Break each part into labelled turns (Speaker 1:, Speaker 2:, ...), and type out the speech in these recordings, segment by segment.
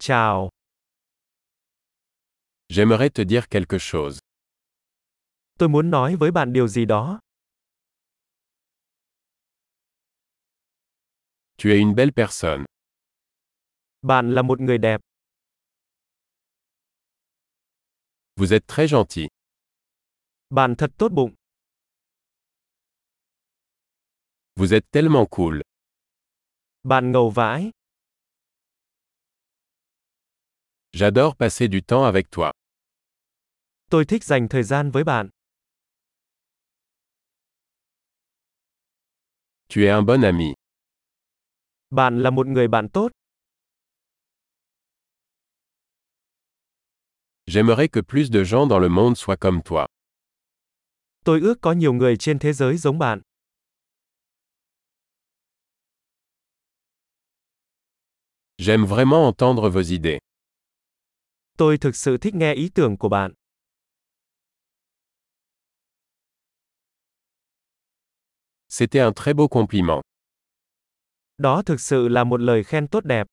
Speaker 1: Ciao.
Speaker 2: J'aimerais te dire quelque chose.
Speaker 1: Tôi muốn nói với bạn điều gì đó.
Speaker 2: Tu es une belle personne.
Speaker 1: Bạn là một người đẹp.
Speaker 2: Vous êtes très gentil.
Speaker 1: Bạn thật tốt bụng.
Speaker 2: Vous êtes tellement cool.
Speaker 1: Bạn ngầu vãi.
Speaker 2: J'adore passer du temps avec toi.
Speaker 1: Tôi thích dành thời gian với bạn.
Speaker 2: Tu es un bon ami.
Speaker 1: Bạn là một người bạn tốt.
Speaker 2: J'aimerais que plus de gens dans le monde soient comme toi.
Speaker 1: Tôi ước có nhiều người trên thế giới giống bạn.
Speaker 2: J'aime vraiment entendre vos idées.
Speaker 1: Tôi thực sự thích nghe ý tưởng của bạn.
Speaker 2: C'était un très beau compliment.
Speaker 1: Đó thực sự là một lời khen tốt đẹp.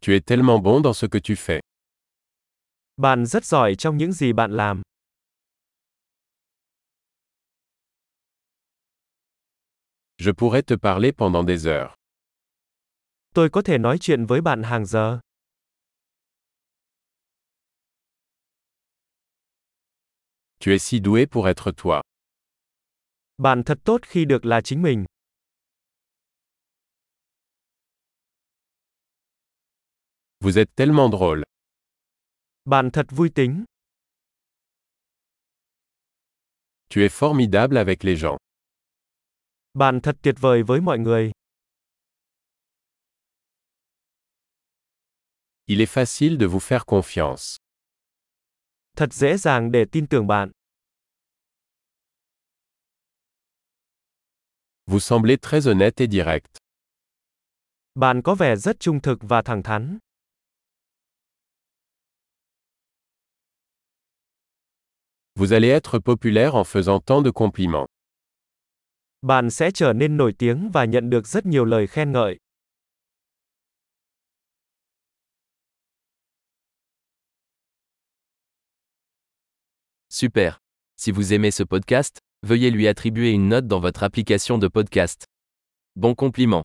Speaker 2: Tu es tellement bon dans ce que tu fais.
Speaker 1: Bạn rất giỏi trong những gì bạn làm.
Speaker 2: Je pourrais te parler pendant des heures.
Speaker 1: Tôi có thể nói chuyện với bạn hàng giờ.
Speaker 2: Tu es si doué pour être toi.
Speaker 1: Bạn thật tốt khi được là chính mình.
Speaker 2: Vous êtes tellement drôle.
Speaker 1: Bạn thật vui tính.
Speaker 2: Tu es formidable avec les gens.
Speaker 1: Bạn thật tuyệt vời với mọi người.
Speaker 2: Il est facile de vous faire confiance.
Speaker 1: Thật dễ dàng để tin tưởng bạn.
Speaker 2: Vous semblez très honnête et direct.
Speaker 1: Bạn có vẻ rất trung thực và thẳng thắn.
Speaker 2: Vous allez être populaire en faisant tant de compliments.
Speaker 1: Bạn sẽ trở nên nổi tiếng và nhận được rất nhiều lời khen ngợi.
Speaker 3: Super. Si vous aimez ce podcast, veuillez lui attribuer une note dans votre application de podcast. Bon compliment.